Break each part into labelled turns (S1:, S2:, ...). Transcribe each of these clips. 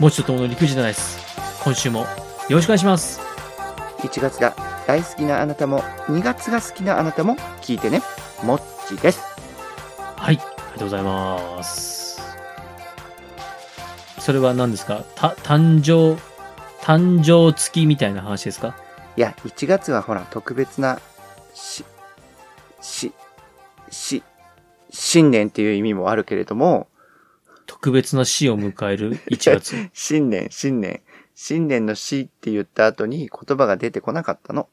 S1: もちとともの陸じゃないです。今週もよろしくお願いします。
S2: 1月が大好きなあなたも2月が好きなあなたも聞いてねもっちです
S1: はい、ありがとうございます。それは何ですかた、誕生、誕生月みたいな話ですか
S2: いや1月はほら特別なししし新年っていう意味もあるけれども
S1: 特別な死を迎える1月。
S2: 新年新年新年の死って言った後に言葉が出てこなかったの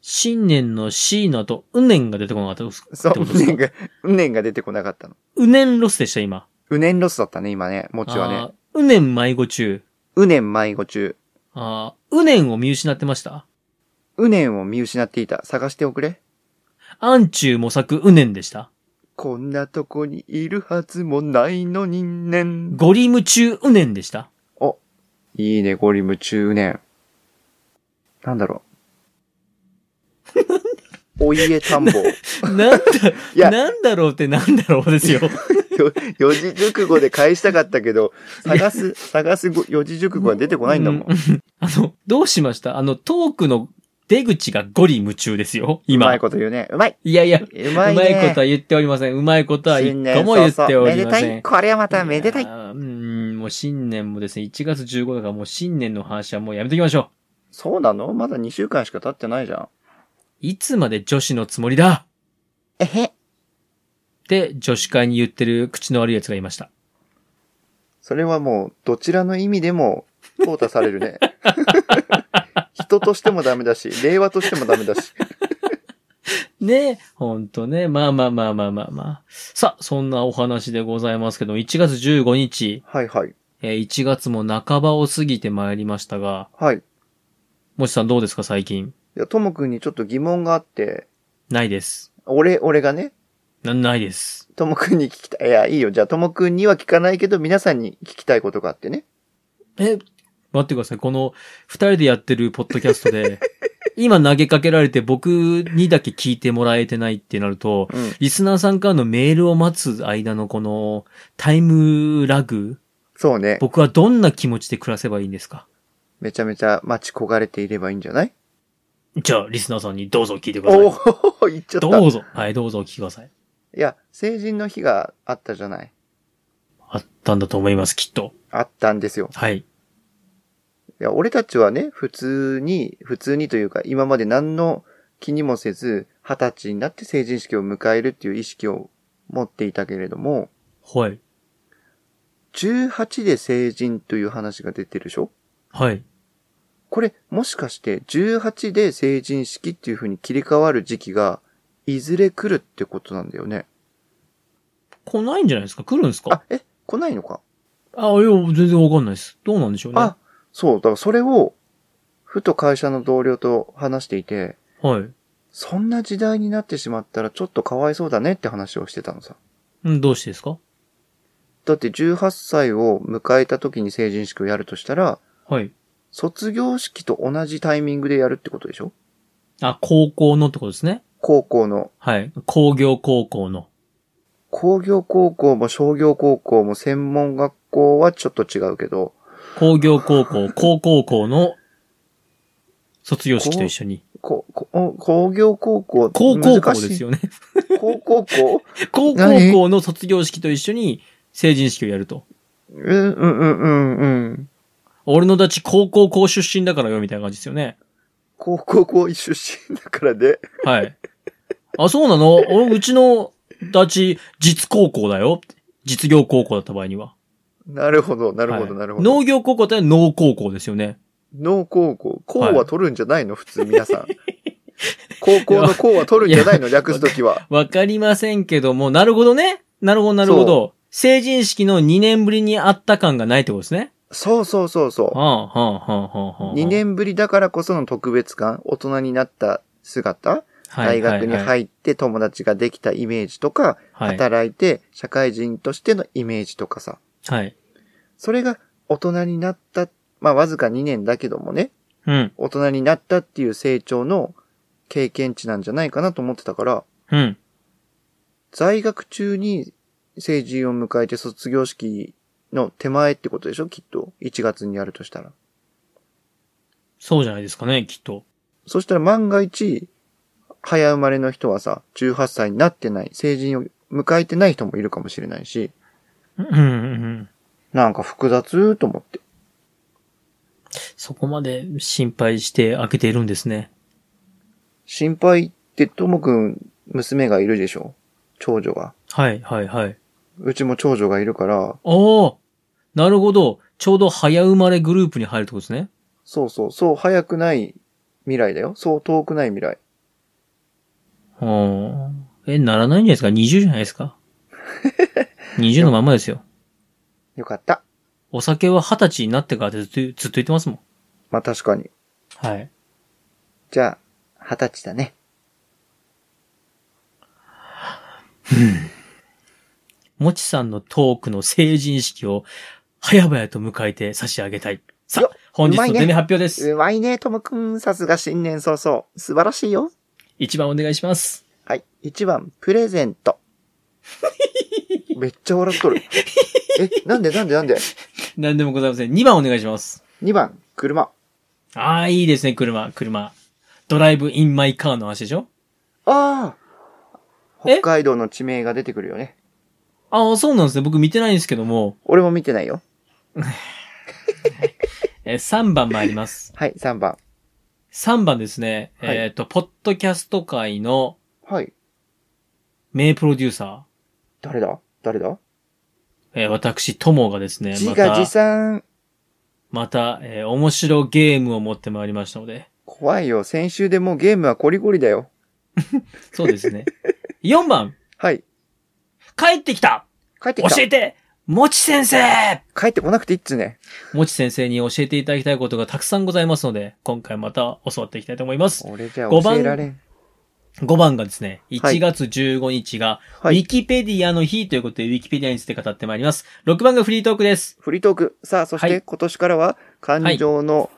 S1: 新年の死の後、うねんが出てこなかったです。
S2: そ
S1: っ
S2: う
S1: てことです
S2: 年
S1: か
S2: が年が出てこなかったの
S1: うねんロスでした、今。
S2: うねんロスだったね今ねもちはね
S1: あーうねん迷子中。
S2: うねん迷子中
S1: あーうねんを見失ってました
S2: うねんを見失っていた探しておくれ
S1: 暗中模索うねんでした。
S2: こんなとこにいるはずもないのにねん。
S1: ゴリム中うねんでした。
S2: いいね、ゴリム中年。なんだろ う。お家探訪。
S1: なん
S2: い
S1: だ、
S2: や
S1: なんだろうってなんだろうですよ。
S2: よ四字熟語で返したかったけど、探す、探すご四字熟語は出てこないんだもん
S1: う。あの、どうしましたあの、トークの出口がゴリ夢中ですよ、
S2: うま
S1: 今
S2: い。こと言うね。うまい。
S1: いやいや、う
S2: う
S1: ま
S2: ま
S1: い
S2: いね。
S1: ことは言っておりません。うまいことは一
S2: 新年
S1: 個も言っておりま
S2: そうそうめで
S1: せ
S2: たい。
S1: ん。
S2: これはまためでたい
S1: や。ーうーん、もう新年もですね、1月15だからもう新年の話はもうやめときましょ
S2: そうなのまだ2週間しか経ってないじゃん。
S1: う。いつまで女子のつもりだ
S2: えへ。
S1: って女子会に言ってる口の悪い奴がいました。
S2: それはもう、どちらの意味でも、淘汰されるね。人としてもダメだし、令和としてもダメだし。
S1: ねえ、ほんとね。まあまあまあまあまあまあ。さあ、そんなお話でございますけども、1月15日、
S2: はいはい。
S1: えー1月も半ばを過ぎてまいりましたが、
S2: はい。い
S1: もちさんどうですか最近。
S2: や、ともくんにちょっと疑問があって、
S1: ないです。
S2: 俺、俺がね、
S1: な、ないです。
S2: ともくんに聞きたい。いや、いいよ。じゃあ、ともくんには聞かないけど、皆さんに聞きたいことがあってね。
S1: え、待ってください。この、二人でやってるポッドキャスト で、今投げかけられて僕にだけ聞いてもらえてないってなると、
S2: うん。
S1: リスナーさんからのメールを待つ間のこの、タイムラグ、
S2: そうね。
S1: 僕はどんな気持ちで暮らせばいいんですか
S2: めちゃめちゃ待ち焦がれていればいいんじゃない
S1: じゃあ、リスナーさんにどうぞ聞いてくださ
S2: お
S1: い。
S2: お 言っちゃった。
S1: ど
S2: いう
S1: ぞ。はい、どうぞお聞きください。
S2: や、成人の日があったじゃない。
S1: あったんだと思います、きっと。
S2: あったんですよ。
S1: はい。
S2: いや、俺たちはね、普通に、普通にというか、今まで何の気にもせず、二十歳になって成人式を迎えるっていう意識を持っていたけれども、
S1: はい。
S2: 18で成人という話が出てるでしょ
S1: はい。
S2: これ、もしかして、18で成人式っていう風に切り替わる時期が、いずれ来るってことなんだよね。
S1: 来ないんじゃないですか来るんですか
S2: あ、え、来ないのか
S1: あ、いや、全然わかんないです。どうなんでしょうね。
S2: あ、そう、だからそれを、ふと会社の同僚と話していて、
S1: はい。
S2: そんな時代になってしまったらちょっとかわいそうだねって話をしてたのさ。
S1: うん、どうしてですか
S2: だって18歳を迎えた時に成人式をやるとしたら、
S1: はい。
S2: 卒業式と同じタイミングでやるってことでしょ
S1: あ、高校のってことですね。
S2: 高校の。
S1: はい。工業高校の。
S2: 工業高校も商業高校も専門学校はちょっと違うけど、
S1: 工業高 校、高校校の卒業式と一緒に。
S2: ここお工業高校
S1: 高校校
S2: 難しい
S1: ですよね。
S2: 高校校
S1: 高校校の卒業式と一緒に成人式をやると。
S2: うんうんうんうんうん。
S1: 俺のたち高校校出身だからよ、みたいな感じですよね。
S2: 高校校出身だからで、
S1: はい。あ、そうなの俺、うちの、たち、実高校だよ。実業高校だった場合には。
S2: なるほど、な
S1: な
S2: るほど、なるほど。
S1: 農業高校って農高校ですよね。
S2: 農高校。校
S1: はい
S2: は取るんじゃないの普通皆さん。高校の校は取るんじゃないの略すときは。
S1: わかりませんけども、なるほどね。なるほど、なるほど。成人式の2年ぶりに会った感がないってことですね。
S2: そうそうそうそう。
S1: はあ、はあ、はあ、はあ、はあ。
S2: 2年ぶりだからこその特別感、大人になった姿、
S1: はい、
S2: 大学に
S1: っ
S2: 入って友達ができたイメージとか、
S1: はい、はい。
S2: 働いて社会人としてのイメージとかさ、
S1: はい。
S2: それが大人になった、まあわずか2年だけどもね、
S1: うん、
S2: 大人になったっていう成長の経験値なんじゃないかなと思ってたから、
S1: うん。
S2: 在学中に成人を迎えて卒業式の手前ってことでしょきっと。1月にやるとしたら。
S1: そうじゃないですかね、きっと。
S2: そしたら万が一、早生まれの人はさ、18歳になってない、成人を迎えてない人もいるかもしれないし、
S1: うんうんうん。
S2: なんか複雑と思って。
S1: そこまで心配して開けているんですね。
S2: 心配ってともくん、娘がいるでしょ長女が。
S1: はいはいはい。
S2: うちも長女がいるから、
S1: おおなるほど。ちょうど早生まれグループに入るってことですね。
S2: そうそう、そう早くない未来だよ。そう遠くない未来。
S1: うん。え、ならないんじゃないですか ?20 じゃないです か ?20 のまんまですよ。
S2: よかった。
S1: お酒は20歳になってからってずっとずっと言ってますもん。
S2: まあ確かに。
S1: はい。
S2: じゃあ、二十歳だね。
S1: もちさんのトークの成人式を早々と迎えて差し上げたい。さ
S2: よ
S1: あ、本日
S2: うまい
S1: の
S2: ね
S1: デメ発表です。
S2: うまいね、ともくん。さすが新年早々。素晴らしいよ。
S1: 一番お願いします。
S2: はい。1番、プレゼ ント。めっちゃ笑っとる。え、なんでなんでなんで
S1: 何でもございません。2番お願いします。
S2: ?2 番、車。
S1: ああ、いいですね、車、車。ドライブインマイカーの話でしょ
S2: ああ
S1: え
S2: 北海道の地名が出てくるよね。
S1: ああ、そうなんですね。僕見てないんですけども、
S2: 俺も見てないよ。
S1: えー3番参り ます。
S2: はい、3番。
S1: 3番ですね。
S2: はい
S1: えっ、と、ポッドキャスト界の
S2: はい。
S1: 名プロデューサ
S2: 誰だ誰だ
S1: ー、えー私、トモがですね、
S2: 自
S1: ま
S2: 画自
S1: た、
S2: 賛。
S1: また、えー面白ゲームを持ってまいりましたの で、
S2: 怖いよ。先週でもうゲームはコリコリだよ。
S1: そうですね。4番、
S2: はい。
S1: 帰ってきた
S2: 帰って
S1: 教
S2: きた。
S1: えてもち先生
S2: 帰ってこなくていいっつね。
S1: もち先生に教えていただきたいことがたくさんございますので、今回また教わっていきたいと思います。
S2: 俺じゃ
S1: 五
S2: 教
S1: 番
S2: えられん。
S1: 5番がですね、
S2: はい
S1: 1月15日が、
S2: は
S1: ウィ
S2: い。
S1: キペディアの日ということで、ウィキペディアについて語ってまいります。6番がフリートークです。
S2: フリートーク。さあ、そし
S1: は
S2: て
S1: い
S2: 今年からは、感情の、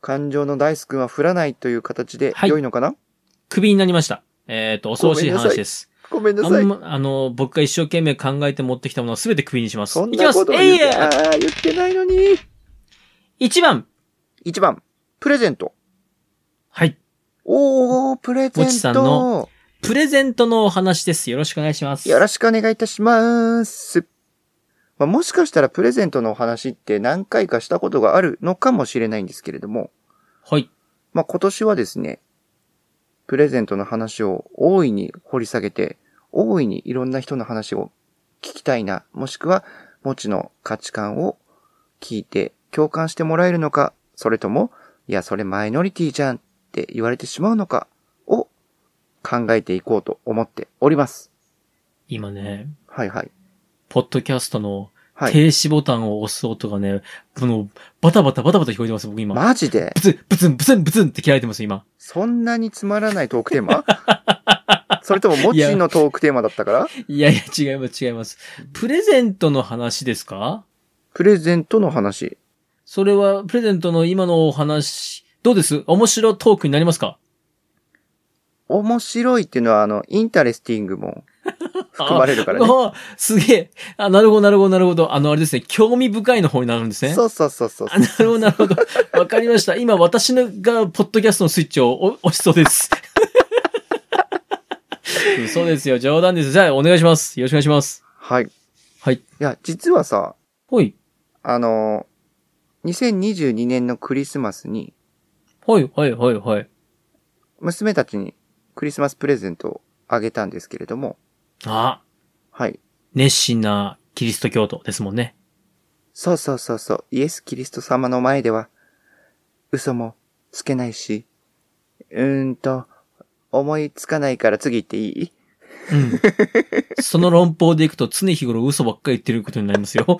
S2: 感情のダイス君は振らないという形で
S1: はい
S2: 良いのかな、
S1: クビになりました。えっ、と、恐ろしい話です。
S2: ごめんな
S1: あ
S2: さい
S1: ん。ま、あの、僕が一生懸命考えて持ってきたものをすべてクビにします。
S2: そん
S1: いきま
S2: な
S1: す
S2: ことを
S1: えい
S2: 言って、
S1: え
S2: ああ、言ってないのに。
S1: !1 番
S2: 1番、プレゼント。
S1: はい。
S2: おー、プレゼ
S1: もちさ
S2: ン
S1: んの
S2: ト。
S1: プレゼントのお話です。よろしくお願いします。
S2: よろしくお願いいたします。まあ、もしかしたらプレゼントのお話って何回かしたことがあるのかもしれないんですけれども、
S1: はい。
S2: まあ、今年はですね、プレゼントの話を大いに掘り下げて、大いにいろんな人の話を聞きたいな、もしくは、もちの価値観を聞いて共感してもらえるのか、それとも、いや、それマイノリティじゃんって言われてしまうのかを考えていこうと思っております。
S1: 今ね、
S2: はいはい。
S1: ポッドキャストの
S2: はい。
S1: 停止ボタンを押す音がね、この、バタバタバタバタ聞こえてます、僕今。
S2: マジで
S1: ブツン、ブツン、ブツン、ブツンって切られてます、今。
S2: そんなにつまらないトークテーマそれとも、もちのトークテーマだったから
S1: いやいや、違います、違います。プレゼントの話ですか
S2: プレゼントの話。
S1: それは、プレゼントの今のお話、どうです面白トークになりますか
S2: 面白いっていうのは、あの、インタレスティングも含まれるからね。
S1: ああ、すげえ。あ、なるほど、なるほど、なるほど。あの、あれですね、興味深いの方になるんですね。
S2: そうそうそうそう。
S1: あなるほど、なるほど。わかりました。今、私のが、ポッドキャストのスイッチをお押しそうです。 嘘ですよ。冗談です。じゃあ、お願いします。よろしくお願いします。
S2: はい。い
S1: はい。
S2: や、実はさ、
S1: はい。
S2: あの、2022年のクリスマスに、
S1: はい、はい、はい、はい。
S2: 娘たちにクリスマスプレゼントをあげたんですけれども、
S1: あ、
S2: はい。
S1: 熱心なキリスト教徒ですもんね。
S2: そうそうそうそう、イエス・キリスト様の前では、嘘もつけないし、うーんと、思いつかないから次行っていい
S1: うん。その論法でいくと常日頃嘘ばっかり言ってることになりますよ。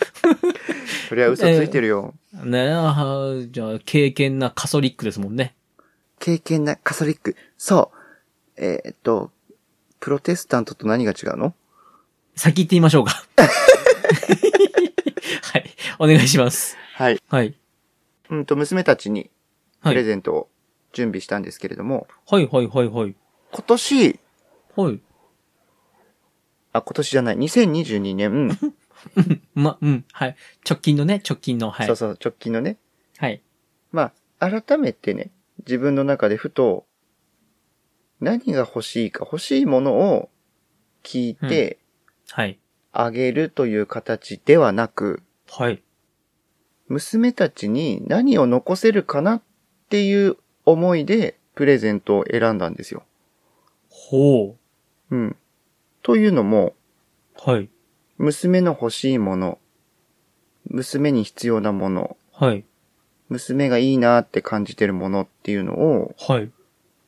S2: そりゃ嘘ついてるよ。
S1: ねえ、あーじゃあ、経験なカソリックですもんね。
S2: 敬虔なカソリック。そう。えーっと、プロテスタントと何が違うの
S1: 先行ってみましょう か。はい。お願いします。
S2: はい。
S1: はい。
S2: うんと、娘たちに
S1: は
S2: プレ
S1: い。
S2: ゼントを準備したんですけれども、
S1: はい、はい、はい、はい。
S2: 今年、
S1: はい。
S2: あ、今年じゃない、2022年、
S1: うん、うま、うん、はい。直近のね、直近の、はい。
S2: そうそう、直近のね。
S1: はい。
S2: まあ、改めてね、自分の中でふと、何が欲しいか、欲しいものを聞いて
S1: はい。
S2: あげるという形ではなく、
S1: はい。
S2: 娘たちに何を残せるかなっていう思いでプレゼントを選んだんですよ。
S1: ほ
S2: うん。というのも、
S1: う。はい。
S2: 娘の欲しいもの、娘に必要なもの、
S1: はい。
S2: 娘がいいなって感じてるものっていうのを、
S1: はい。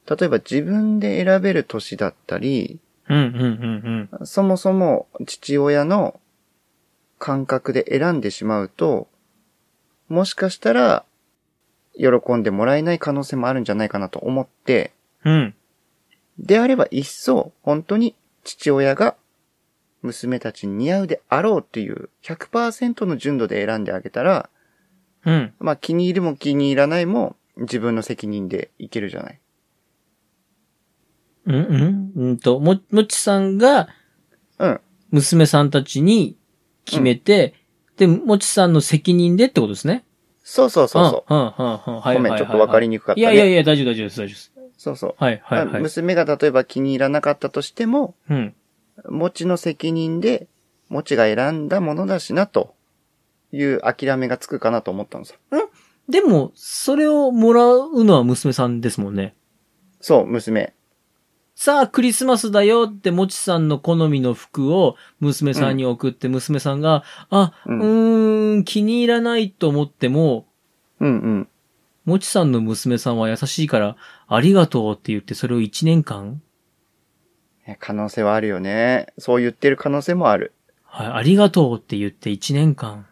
S2: 例えば自分で選べる年だったり、
S1: うん、うん、うん、
S2: そもそも父親の感覚で選んでしまうと、もしかしたら喜んでもらえない可能性もあるんじゃないかなと思って、
S1: うん。うん。
S2: であれば一層本当に父親が娘たちに似合うであろうっていう100%の純度で選んであげたら、
S1: うん。
S2: まあ気に入るも気に入らないも自分の責任でいけるじゃない。
S1: うん、うん。うんと、も、もちさんが、
S2: うん。
S1: 娘さんたちに決めて、で、もちさんの責任でってことですね。
S2: そうそうそうそう。
S1: うん、うん、うん、うん。はい。
S2: ごめん、ちょっとわかり
S1: に
S2: にくかった
S1: い
S2: ね。
S1: やいやいや、大丈夫、大丈夫です、大丈夫です。
S2: そうそう。
S1: はい、はい、
S2: まあ
S1: はい。
S2: 娘が例えば気に入らなかったとしても、
S1: うん。
S2: 持ちの責任で、持ちが選んだものだしな、という諦めがつくかなと思ったのさ。
S1: でも、それをもらうのは娘さんですもんね。
S2: そう、娘。
S1: さあ、クリスマスだよって、もちさんの好みの服を娘さんに送って、娘さんが、あ、う
S2: う
S1: ー
S2: ん
S1: ん、気に入らないと思っても、
S2: うんうん。
S1: もちさんの娘さんは優しいから、ありがとうって言って、それを1年間
S2: え可能性はあるよね。そう言ってる可能性もある。
S1: はい、ありがとうって言って1年間、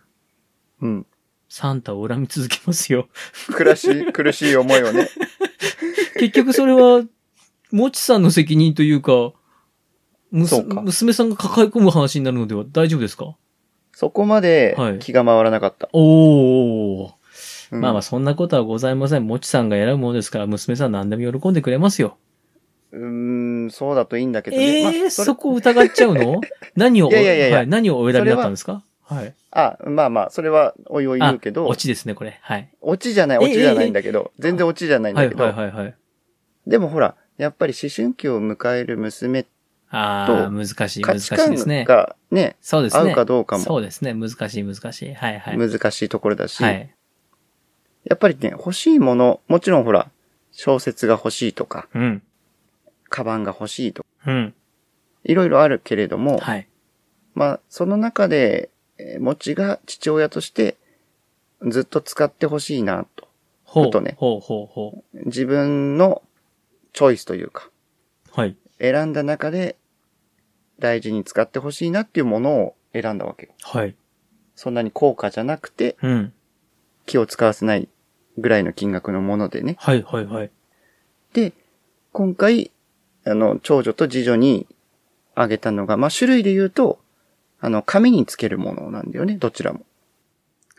S2: うん。
S1: サンタを恨み続けます よ。
S2: 苦し い、苦しい思いをね。
S1: 結局それは、もちさんの責任というか、むす
S2: そうか
S1: 娘さんが抱え込む話になるのでは大丈夫ですか
S2: そこまで
S1: はい
S2: 気が回らなかった。
S1: おー。
S2: うん
S1: まあまあ、そんなことはございません。もちさんが選ぶものですから、娘さん何でも喜んでくれますよ。
S2: うーん、そうだといいんだけど
S1: え
S2: ね。
S1: え
S2: まあ
S1: ーそこ疑っちゃう の何をお、
S2: いやいやいやいや
S1: はい、何をお選びだったんですかはい。
S2: あ、まあまあ、それはおいおい言うけど、
S1: オ
S2: オチ
S1: チですね、これ。はい。
S2: じゃない、
S1: ええ
S2: オチじゃないんだけど、全然オチじゃないん
S1: は
S2: だ
S1: い
S2: け
S1: はい
S2: ど、
S1: はいはい。
S2: でもほら、やっぱり思春期を迎える娘、
S1: ああ、難しい、
S2: 価
S1: 難
S2: 値
S1: しい
S2: 観
S1: ですね。
S2: がね、
S1: そうです
S2: 合
S1: ね
S2: う。かどうかも
S1: そうですね。難しい、難しい。はいはい。
S2: 難しいところだし、
S1: はい。
S2: やっぱりね、欲しいもの、もちろんほら、小説が欲しいとか、
S1: うん。
S2: カバンが欲しいとか、
S1: うん。
S2: いろいろあるけれども、
S1: はい。
S2: まあ、その中で、えーもちが父親として、ずっと使ってほしいなと。
S1: ほ
S2: ちょっと
S1: う、
S2: ね
S1: ほうほうほ
S2: 自分のチョイスというか、
S1: う。はい。
S2: 選んだ中で大事に使ってほしいなっていうものを選んだわけよ。
S1: はい。
S2: そんなに高価じゃなくて
S1: うん。
S2: 気を使わせないぐらいの金額のものでね。
S1: はいはいはい。
S2: で、今回、あの、長女と次女にあげたのが、まあ、種類で言うと、あの、髪につけるものなんだよね、どちらも。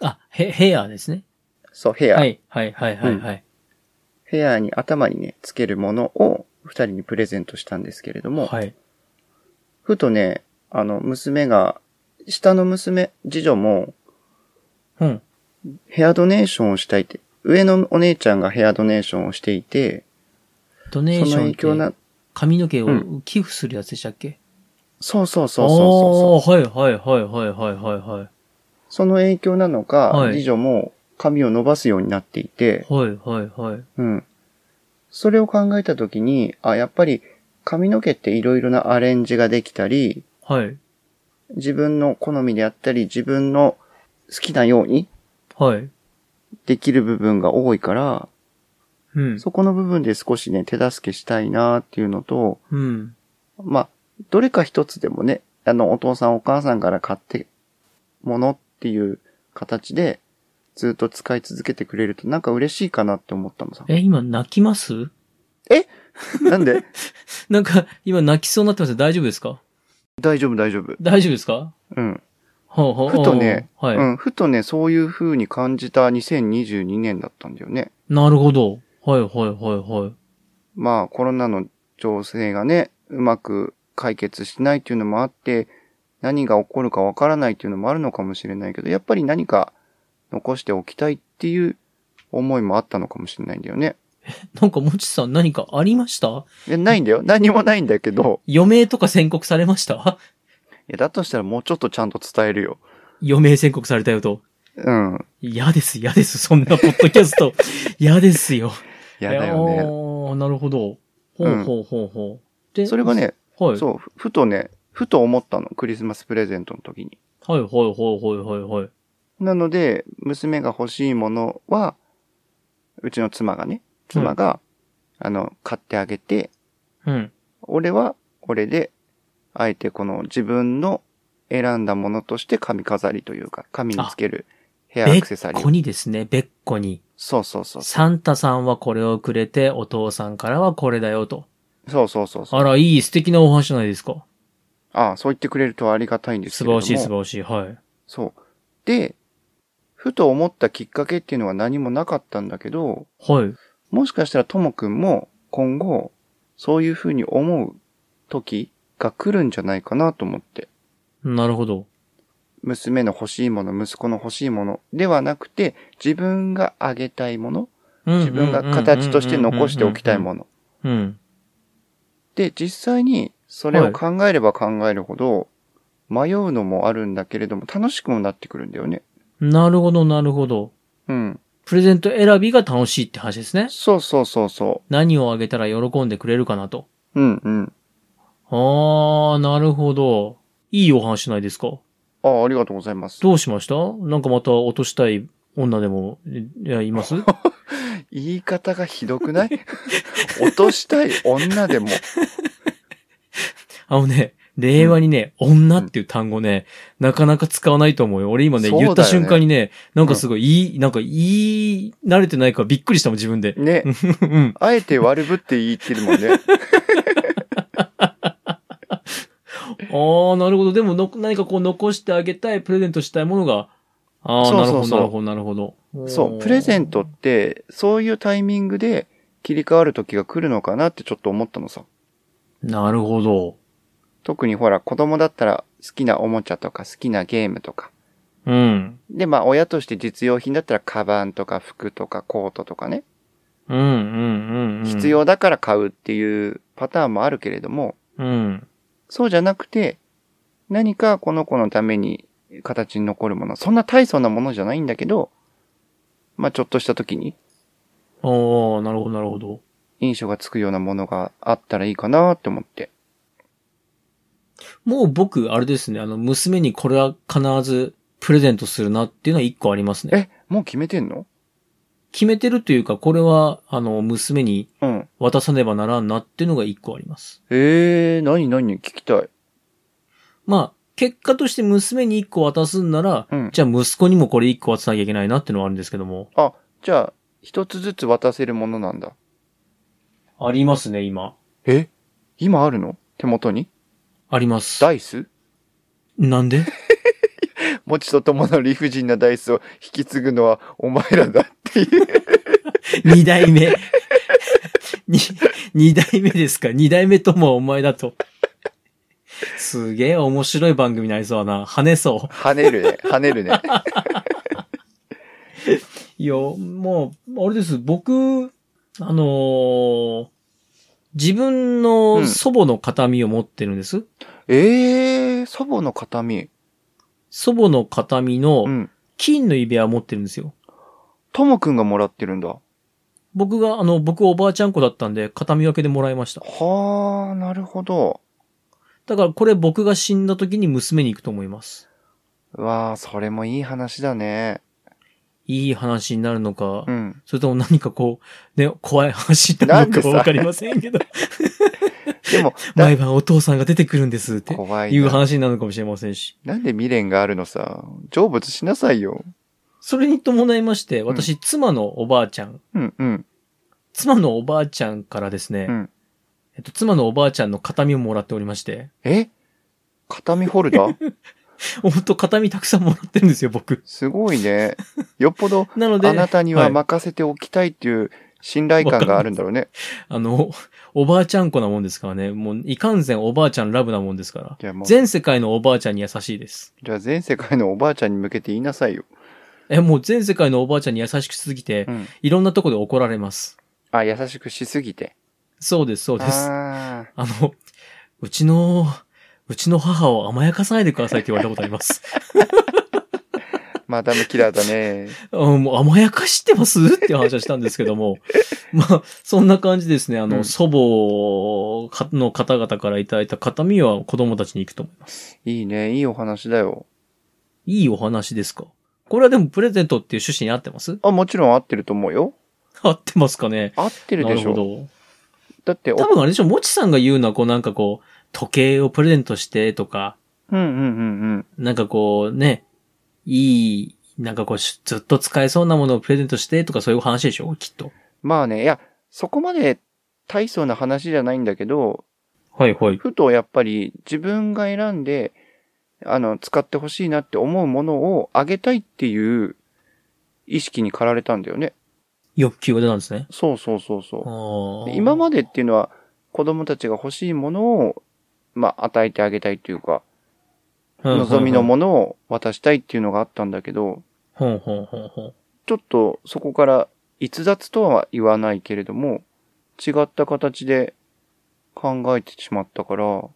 S1: あ、ヘ、ヘアですね。
S2: そう、ヘア。
S1: はいはいはいはいはい。
S2: ヘアに頭にね、つけるものを二人にプレゼントしたんですけれども、
S1: はい。
S2: ふとね、あの、娘が、下の娘、次女も、
S1: うん。
S2: ヘアドネーションをしたいって。上のお姉ちゃんがヘアドネーションをしていて、
S1: ドネ
S2: そ
S1: ー
S2: の
S1: ション
S2: 影響
S1: って
S2: な、
S1: 髪の毛
S2: う
S1: を寄付するやつでしたっけ、
S2: そうそうそうそうそう。
S1: うそうはいはいはいはいはいはいはい。
S2: その影響なのか、
S1: はい
S2: 次女も髪を伸ばすようになっていて、
S1: はいはいはい。
S2: うん。それを考えたときに、あ、やっぱり髪の毛っていろいろなアレンジができたり、
S1: はい。
S2: 自分の好みであったり、自分の好きなように
S1: はい。
S2: できる部分が多いから、
S1: うん。
S2: そこの部分で少しね、手助けしたいなっていうのと、
S1: うん。
S2: まあ、どれか一つでもね、あの、お父さんお母さんから買って、ものっていう形で、ずっと使い続けてくれるとなんか嬉しいかなって思ったの さ。
S1: え、今泣きます
S2: なんで
S1: なんか、今泣きそうになってますよ大丈夫ですか
S2: 大丈夫大丈夫。
S1: 大丈夫ですか
S2: うん。
S1: ほうほう
S2: ふとね、
S1: はい、
S2: うん。ふとね、そういう風に感じた2022年だったんだよね。
S1: なるほど。はいはいはいはい。
S2: まあ、コロナの情勢がね、うまく解決しないっていうのもあって、何が起こるかわからないっていうのもあるのかもしれないけど、やっぱり何か残しておきたいっていう思いもあったのかもしれないんだよね。
S1: なんか、もちさん何かありました
S2: いや、ないん だよ。何もないんだけど、
S1: 余命とか宣告されました
S2: いや、だとしたらもうちょっとちゃんと伝えるよ。
S1: 余命宣告されたよと。
S2: うん。
S1: 嫌です、嫌です、そんなポッドキャス ト。嫌ですよ。
S2: やだよね。
S1: ね。なるほど。ほうほうほうほう。で
S2: それが、ね、
S1: はい。
S2: そう、ふふとね、ふと思ったの。クリスマスプレゼントの時に。
S1: はいはいはいはいはいはい。
S2: なので、娘が欲しいものは、うちの妻がね、妻が、あの、買ってあげて、
S1: うん。
S2: 俺は、俺で、あえてこの自分の選んだものとして髪飾りというか、髪につけるヘアア
S1: べっ
S2: クセサリ
S1: こ
S2: ー。
S1: にですね、べっこに。
S2: そうそうそう。
S1: サンタさんはこれをくれて、お父さんからはこれだよと。
S2: そうそうそうそう。
S1: あら、いい素敵なお話じゃないですか。
S2: ああ、そう言ってくれるとありがたいんですけ
S1: 素
S2: れど
S1: 晴
S2: も。
S1: らしい素晴らしい。はい。
S2: そう。で、ふと思ったきっかけっていうのは何もなかったんだけど、
S1: はい。
S2: もしかしたらともくんも今後、そういうふうに思う時が来るんじゃないかなと思って。
S1: なるほど。
S2: 娘の欲しいもの、息子の欲しいものではなくて、自分があげたいもの、
S1: 自
S2: 自分が形として残しておきたいもの。
S1: の。うん。
S2: で、実際にそれを考えれば考えるほど、迷うのもあるんだけれども、楽しくもなってくるんだよね。
S1: なるほど、なるほど。
S2: うん。
S1: プレゼント選びが楽しいって話ですね。
S2: そうそうそうそ
S1: 何をあげたら喜んでくれるかなと。
S2: う。うんうん。
S1: あー、なるほど。いいお話じゃないですか。
S2: ああ、ありがとうございます。
S1: どうしましたなんかまた落としたい女でも、いいや、います
S2: 言い方がひどくない 落としたい女でも。
S1: あのね、令和にね、女っていう単語ね、なかなか使わないと思うよ。俺今ね、
S2: そうだ
S1: 言
S2: よね
S1: った瞬間にね、なんかすごい言い、なんか言い慣れてないからびっくりしたもん、自分で。
S2: ね。
S1: うん。
S2: あえて悪ぶって言ってるも んね。
S1: あー、なるほど。でもの、何かこう残してあげたい、プレゼントしたいものが、あー、
S2: そ
S1: な
S2: う
S1: る
S2: そ
S1: ほ
S2: う
S1: ど、
S2: そう
S1: なるほど、なるほど。
S2: そう、プレゼント
S1: お
S2: っ
S1: ー。
S2: て、そういうタイミングで切り替わる時が来るのかなってちょっと思ったのさ。
S1: なるほど。
S2: 特にほら、子供だったら好きなおもちゃとか好きなゲームとか。
S1: うん。
S2: で、まあ、親として実用品だったら、カバンとか服とかコートとかね。
S1: うん、うん、うん、うん。
S2: 必。要だから買うっていうパターンもあるけれども、
S1: うん。
S2: そうじゃなくて、何かこの子のために形に残るもの。そんな大層なものじゃないんだけど、まあ、ちょっとした時に
S1: おー、なるほど、なるほど。
S2: 印象がつくようなものがあったらいいかなって思って。
S1: もう僕、あれですね、あの、娘にこれは必ずプレゼントするなっていうのは一個ありますね。
S2: え、もう決めてんの
S1: 決めてるというか、これは、あの、娘に
S2: うん。
S1: 渡さねばならんなっていうのが一個あります。
S2: ええー、何何聞きたい。
S1: まあ、結果として娘に一個渡すんなら、
S2: うん
S1: じゃあ息子にもこれ一個渡さなきゃいけないなっていうのはあるんですけども。
S2: じゃあ、一つずつ渡せるものなんだ。
S1: ありますね、今。
S2: え今あるの手元に
S1: あります。
S2: ダイス
S1: なんで
S2: 持ちと共の理不尽なダイスを引き継ぐのはお前らだっていう。
S1: 二代目。に二代目ですか二代目ともお前だと。すげえ面白い番組になりそうだな。跳ねそう。
S2: 跳ね るね。跳ねるね。
S1: いや、もう、あれです。僕、あのー自分
S2: う
S1: の
S2: ん
S1: 祖母の形見を持ってるんです。
S2: ええー、祖母の形見。
S1: 祖母の形見
S2: う
S1: の
S2: ん。
S1: 金の指輪を持ってるんですよ。
S2: ともくんがもらってるんだ。は
S1: 僕が、あの、僕おばあちゃん子だったんで、形見分けでもらいました。
S2: あ、なるほど。
S1: だからこれ僕が死んだ時に娘に行くと思います。
S2: うわあ、それもいい話だね。
S1: いい話になるのか、
S2: うん。
S1: それとも何かこう、ね、怖い話になるのか
S2: なんでさ
S1: わかりません けど、
S2: で も、だ
S1: 毎晩お父さんが出てくるんですって
S2: 怖い
S1: いう
S2: な。
S1: 話になるのかもしれませんし。
S2: なんで未練があるのさ。成仏しなさいよ。
S1: それに伴いまして、私、妻のおばあちゃん、
S2: うんうん。
S1: 妻のおばあちゃんからですね、
S2: うん
S1: えっと、妻のおばあちゃんの形見をもらっておりまして、
S2: え形見ホ ルダー
S1: ほんと形見たくさんもらってるんですよ、僕。
S2: すごいね。よっぽど
S1: なので、
S2: あなたにははい任せておきたいっていう信頼感があるんだろうね。
S1: あの、おばあちゃん子なもんですからね。もう、いかんせんおばあちゃんラブなもんですから。
S2: じゃあもう、じ
S1: 全世界のおばあちゃんに優しいです。
S2: ゃあ全世界のおばあちゃんに向けて言いなさいよ。
S1: え、もう全世界のおばあちゃんに優しくしすぎて、
S2: うん。
S1: いろんなとこで怒られます。
S2: あ、優しくしすぎて。
S1: そうです、そうです。あ
S2: ああ。
S1: の、うちの、うちの母を甘やかさないでくださいって言われたことあります。
S2: マダムキラー だね。
S1: あもう甘やかしてますっていう話はしたんですけども。 まあ、そんな感じですね。あの、
S2: うん
S1: 祖母の方々からいただいた形見は子供たちに行くと思います。
S2: いいね。いいお話だよ。
S1: いいお話ですかこれはでもプレゼントっていう趣旨に合ってます
S2: あ、もちろん合ってると思うよ。
S1: 合ってますかね
S2: 合ってる
S1: な
S2: で
S1: る
S2: し
S1: ほ
S2: ょ。
S1: ど。
S2: だってお、
S1: 多分あれでしょ、もちさんが言うのはこうなんかこう、時計をプレゼントしてとか、
S2: うんうんうん
S1: なんかこうね、いい、なんかこうしずっと使えそうなものをプレゼントしてとかそういう話でしょきっと。
S2: うん。まあね、いや、そこまで大層な話じゃないんだけど、
S1: はいはい。
S2: ふとやっぱり自分が選んで、あの、使ってほしいなって思うものをあげたいっていう意識に駆られたんだよね。
S1: 欲求が出たんですね。
S2: そうそうそうそう。
S1: あ
S2: で
S1: あ。
S2: 今までっていうのは子供たちが欲しいものを、まあ、与えてあげたいというか、望みのものを渡したいっていうのがあったんだけど、
S1: ほんほんほんほん。
S2: ちょっとそこから逸脱とは言わないけれども、違った形で考えてしまったから、あ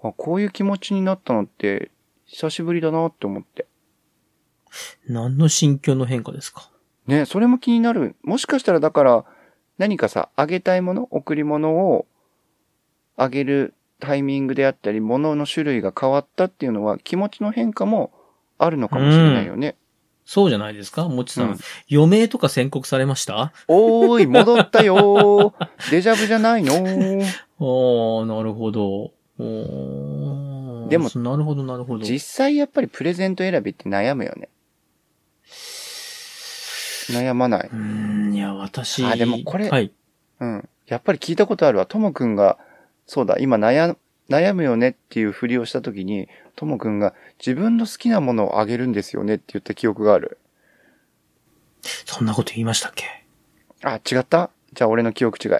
S2: こういう気持ちになったのって久しぶりだなって思って。
S1: 何の心境の変化ですか
S2: ね、それも気になる。もしかしたらだから、何かさ、あげたいもの、贈り物をあげるタイミングであったり、物の種類が変わったっていうのは、気持ちの変化もあるのかもしれないよね。
S1: そうじゃないですかもちさん,、
S2: うん
S1: 余命とか宣告されました
S2: おーい、戻ったよー。デジャブじゃないのー
S1: ああ、なるほど。おー
S2: でも
S1: そなるほど、なるほど。。
S2: 実際やっぱりプレゼント選びって悩むよね。悩まない
S1: ー
S2: う
S1: ん、いや、私。
S2: あでもこれ
S1: はい。
S2: うん。やっぱり聞いたことあるわ。ともくんが、そうだ、今悩、悩むよねっていうふりをしたときに、ともくんが自分の好きなものをあげるんですよねって言った記憶がある。
S1: そんなこと言いましたっけ
S2: あ、違ったじゃあ俺の記憶違い。
S1: い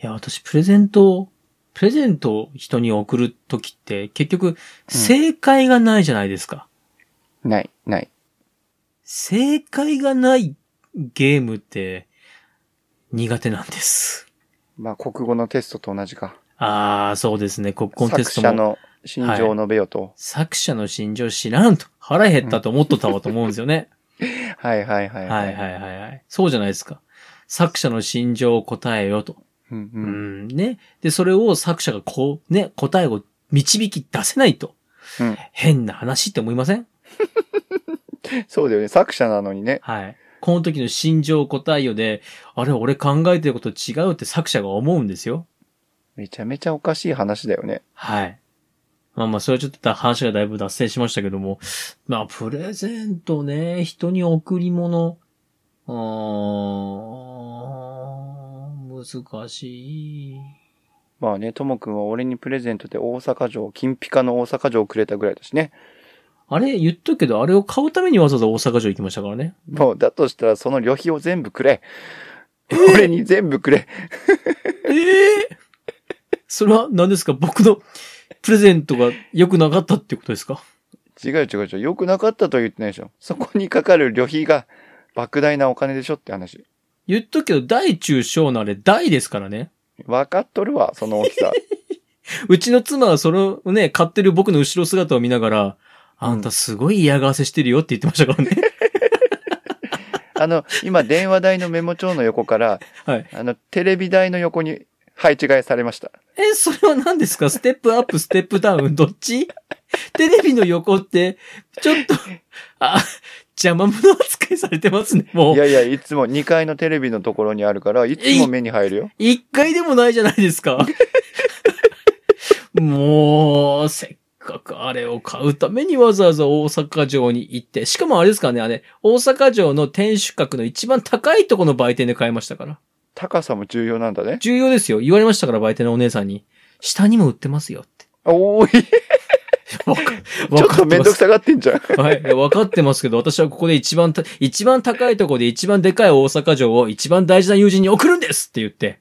S1: や、私、プレゼント、プレゼントを人に送るときって、結局、正解がないじゃないですか。
S2: ない、ない。
S1: 正解がないゲームって、苦手なんです。
S2: まあ、国語のテストと同じか。
S1: ああ、そうですね。国コンテ
S2: 作
S1: スト
S2: 者
S1: も。
S2: の心情を述べよと。
S1: 作者の心情知らんと。腹減ったと思っとったわと思うんですよね。
S2: はいはいはい
S1: はいはいはいはい。そうじゃないですか。作者の心情を答えよと。
S2: うん
S1: う
S2: うん
S1: ん、ね。で、それを作者がこう、ね、答えを導き出せないと。
S2: うん
S1: 変な話って思いません
S2: そうだよね。作者なのにね。
S1: はい。この時の心情を答えよで、あれ、俺考えてること違うって作者が思うんですよ。
S2: めちゃめちゃおかしい話だよね。
S1: はい。まあまあ、それはちょっと話がだいぶ脱線しましたけども。まあ、プレゼントね、人に贈り物。うーん、難しい。
S2: まあね、ともくんは俺にプレゼントで大阪城、金ピカの大阪城をくれたぐらいだしね。
S1: あれ、言っとくけど、あれを買うためにわざわざ大阪城行きましたからね。
S2: もう、だとしたらその旅費を全部くれ。俺に全部くれ。
S1: ええそれは何ですか僕のプレゼントが良くなかったってことですか
S2: 違う違う違う。良くなかったとは言ってないでしょ。そこにかかる旅費が莫大なお金でしょって話。
S1: 言っとくけど、大中小のあれ、大ですからね。
S2: 分かっとるわ、その大き さ。
S1: うちの妻はそのね、買ってる僕の後ろ姿を見ながら、あんたすごい嫌がらせしてるよって言ってましたからね。
S2: あの、今、電話台のメモ帳の横から、
S1: はい。
S2: あの、テレビ台の横に配置換えされました。
S1: え、それは何ですかステップアップ、ステップダウン、どっちテレビの横って、ちょっと、あ、邪魔者扱いされてますね、も。
S2: いうやいや、いつも2階のテレビのところにあるから、いつも目に入るよ。
S1: 一回でもないじゃないです か。もう、せっかくあれを買うためにわざわざ大阪城に行って、しかもあれですからね、あれ、大阪城の天守閣の一番高いとこの売店で買いましたから。
S2: 高さも重要なんだね。
S1: 重要ですよ。言われましたから、売店のお姉さんに。下にも売ってますよって。
S2: おーい。
S1: わか
S2: ちょ
S1: わ
S2: っ
S1: か
S2: と
S1: っ
S2: め
S1: て
S2: ん
S1: ま
S2: どく
S1: す。
S2: さがってんじゃん。
S1: はい。いやわかってますけど、私はここで一番た、一番高いところで一番でかい大阪城を一番大事な友人に送るんですって言って、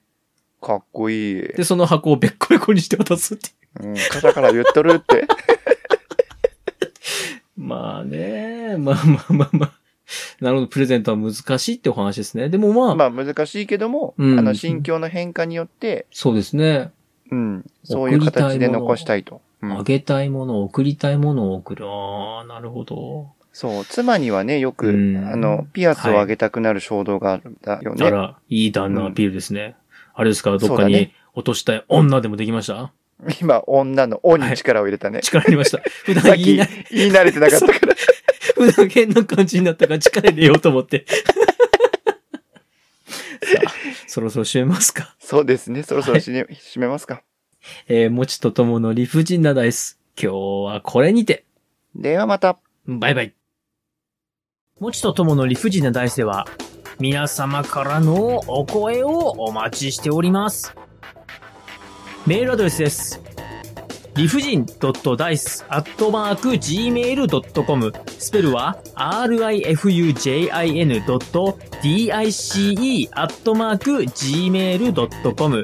S2: かっこいい。
S1: で、その箱をべっこべこにして渡すっていう。
S2: うん、カタカナ言っとる って。
S1: まあね、まあまあまあまあ。なるほど、プレゼントは難しいってお話ですね。でもまあ、
S2: まあ難しいけども、
S1: うん
S2: あの心境の変化によって、
S1: そうですね。
S2: うん、そういう形で残したいと。う
S1: あ
S2: ん、
S1: げたいもの、送りたいものを送る。ああ、なるほど。
S2: そう、妻にはね、よく、
S1: うん
S2: あの、ピアスをあげたくなる衝動があるんだよね。
S1: あら、いい旦那アピールですね。あれですか、どっ
S2: そうだ
S1: かに
S2: ね
S1: 落としたい女でもできました、
S2: 今、女の、おに力を入れたね。
S1: 力入りま した。普
S2: さっ
S1: 段
S2: き
S1: 言いな、
S2: 言い慣れてなかった から。
S1: 普段変な感じになったから力入れようと思 って。さあそろそろ締めますか。
S2: そうですね、そろそろ締め締めま すか。
S1: えー、もちとともの理不尽なダイス。今日はこれにて。
S2: ではまた。
S1: バイバイ。もちとともの理不尽な大世は、皆様からのお声をお待ちしております。メールアドレスです。理不尽 .dice.gmail.com スペルは rifujin.dice.gmail.com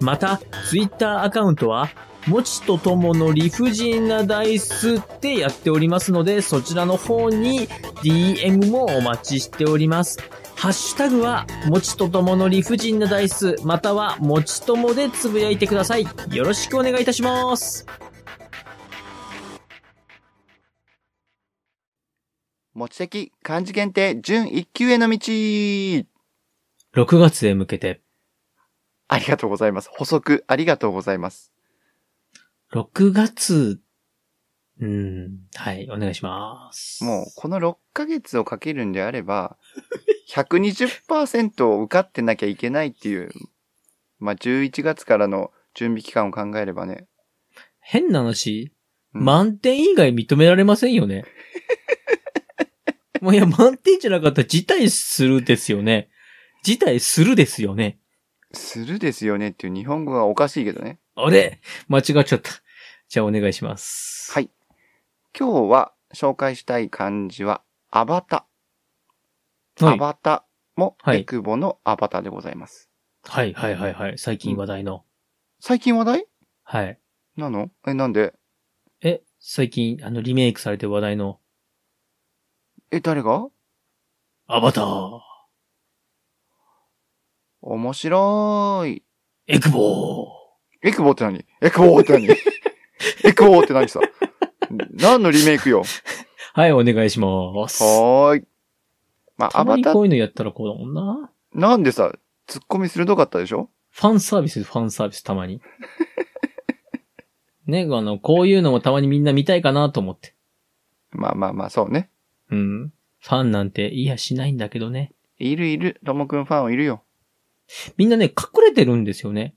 S1: また、ツイッターアカウントは、もちとともの理不尽なダイスってやっておりますので、そちらの方に DM もお待ちしております。ハッシュタグは、もちとともの理不尽なダイス、または、もちともでつぶやいてください。よろしくお願いいたします。
S2: 持ち的漢字検定準1級への道
S1: 6月へ向けて、
S2: ありがとうございます。補足ありがとうございます。
S1: 6月、うん、はい、お願いします。
S2: もう、この6ヶ月をかけるんであれば、120%を受かってなきゃいけないっていう、まあ、11月からの準備期間を考えればね、
S1: 変な話、
S2: うん
S1: 満点以外認められませんよね。 もういや、満点じゃなかったら辞退するですよね。辞退するですよね。
S2: するですよねっていう日本語がおかしいけどね。
S1: あれ間違っちゃった。じゃあお願いします。
S2: はい今日は紹介したい漢字は、アバタ。
S1: は
S2: ア
S1: い。
S2: バタも、
S1: はい
S2: エクボのアバタでございます。
S1: はい、はい、はい、はい。最近話題の。
S2: 最近話題
S1: はい。
S2: なのえ、なんで
S1: え、最近、あの、リメイクされて話題の、
S2: え、誰が
S1: アバター、
S2: 面白い。
S1: エクボー。
S2: エクボって何エクボって 何エクボって何さ何のリメイクよ
S1: はい、お願いします。
S2: はーい。まあ、
S1: た
S2: ア
S1: ま
S2: バ
S1: に
S2: タ
S1: こ
S2: ー、
S1: ういうのやったらこうだもんな。
S2: なんでさ、ツッコミ鋭かったでしょ
S1: ファンサービス、ファンサービス、たまに。 ね、あの、こういうのもたまにみんな見たいかなと思って。
S2: まあまあまあ、そうね。
S1: うん。ファンなんていやしないんだけどね。
S2: いるいる、ともくんファンはいるよ。
S1: みんなね、隠れてるんですよね。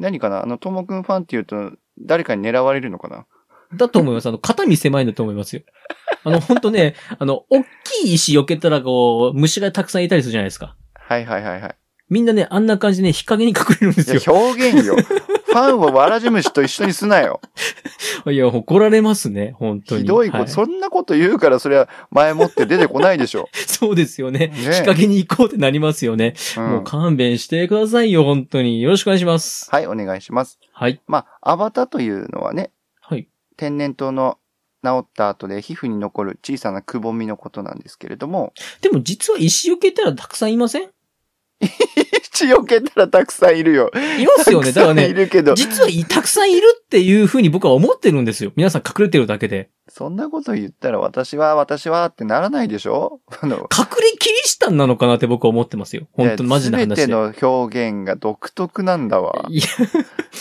S2: 何かなあの、ともくんファンって言うと、誰かに狙われるのかな
S1: だと思います。あの、肩身狭いんだと思いますよ。あの、ほんとね、あの、大きい石避けたらこう、虫がたくさんいたりするじゃないですか。
S2: はいはいはいはい。
S1: みんなね、あんな感じでね、日陰に隠れるんですよ
S2: い。や、表現 よ。ファンをわらじ虫と一緒にすなよ。
S1: いや、怒られますね、本当に。
S2: ひどいこと、
S1: は
S2: そんなこと言うから、それは前もって出てこないでし ょ。
S1: そうですよね。
S2: ね
S1: 日陰に行こうってなりますよね。
S2: う、
S1: もうん勘弁してくださいよ、本当に。よろしくお願いします。
S2: はい、お願いします。
S1: はい。
S2: まあ、アバタというのはね、
S1: はい。
S2: 天然痘の治った後で皮膚に残る小さなくぼみのことなんですけれども、
S1: でも実は石受けたらたくさんいません
S2: 血をけたらたくさんいるよ。
S1: いますよね。だ
S2: た
S1: から
S2: くさんい
S1: ね、
S2: るけど、
S1: 実はいたくさんいるっていうふうに僕は思ってるんですよ。皆さん隠れてるだけで。
S2: そんなこと言ったら私は私はってならないでしょあの、
S1: 隠れキリシタンなのかなって僕は思ってますよ。本当にマジな話で。
S2: 全ての表現が独特なんだわ。
S1: いや、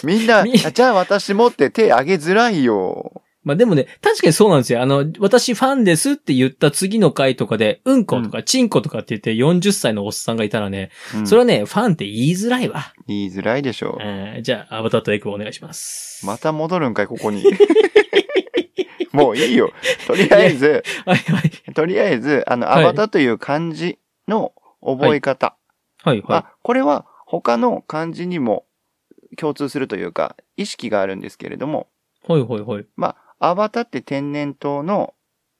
S2: みんな、
S1: み
S2: じゃあ私もって手あげづらいよ。
S1: まあでもね、確かにそうなんですよ。あの、私ファンですって言った次の回とかで、うんことかチンコとかって言って40歳のおっさんがいたらね、
S2: うん
S1: それはね、ファンって言いづらいわ。
S2: 言いづらいでしょ
S1: えーじゃあ、アバターとエクボお願いします。
S2: また戻るんかい、ここに。 もういいよ。とりあえず、
S1: はいはい。
S2: とりあえず、あの、
S1: は
S2: ア
S1: い
S2: バタという漢字の覚え方。
S1: はいはい。
S2: あ、これは他の漢字にも共通するというか、意識があるんですけれども、
S1: はいはいはい。
S2: まあ、アバタって天然痘の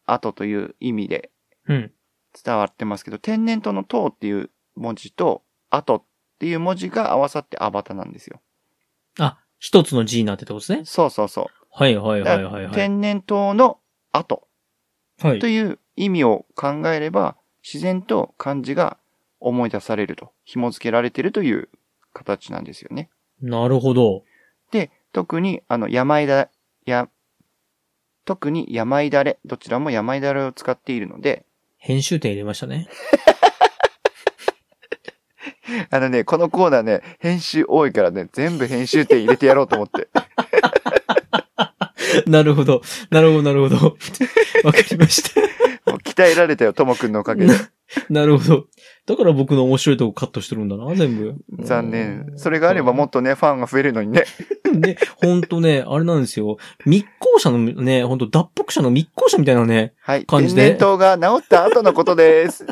S2: 後という意味で
S1: うん。
S2: 伝わってますけど、天然痘の痘っていう文字と、後っていう文字が合わさってアバタなんですよ。
S1: あ、一つの G になってってことですね。
S2: そうそうそう。
S1: はいはいはいはい
S2: だから
S1: はい。
S2: 天然痘の後
S1: はい
S2: と。いう意味を考えれば、自然と漢字が思い出されると、紐付けられてるという形なんですよね。
S1: なるほど。
S2: で、特に、あの、病だ、や、特に病だれ、どちらも病だれを使っているので、
S1: 編集点入れましたね。
S2: あのね、このコーナーね、編集多いからね、全部編集点入れてやろうと思 って。
S1: なるほど。なるほど、なるほ ど。わかりました。
S2: もう鍛えられたよ、ともくんのおかげで。
S1: なるほど。だから僕の面白いとこカットしてるんだな、全部。
S2: 残念。それがあればもっとね、ファンが増えるのにね。
S1: ね、ほんとね、あれなんですよ。密航者のね、ほんと脱北者の密航者みたいなね。
S2: はい。
S1: 感
S2: 天
S1: じで
S2: 然痘が治った後のこと です。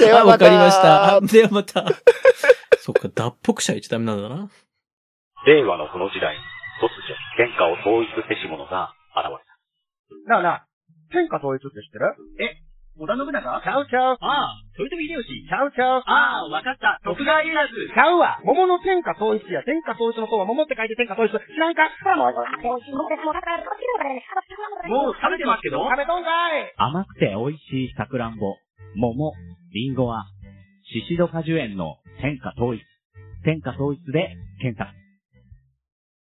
S2: で
S1: あ
S2: は
S1: わ
S2: また。
S1: かりました。あではまた。そっか、脱北者言っちゃダメなんだな。
S3: 令和のこの時代、突如、天下を統一せし者が現れた。
S4: なあなあ、天下統一って知ってる
S5: 織田信
S4: ち
S5: 長
S4: ゃうちゃう。
S5: ああ、豊臣秀吉。
S4: ちゃうちゃう。
S5: ああ、わかった。徳川家康。
S4: ちゃうわ。桃の天下統一や。天下統一の方は桃って書いて天下統一。知らんか
S5: もう食べてますけど
S4: 食べとんかい
S6: 甘くて美味しいさくらんぼ、桃、りんごは、シシド果樹園の天下統一。天下統一で検索。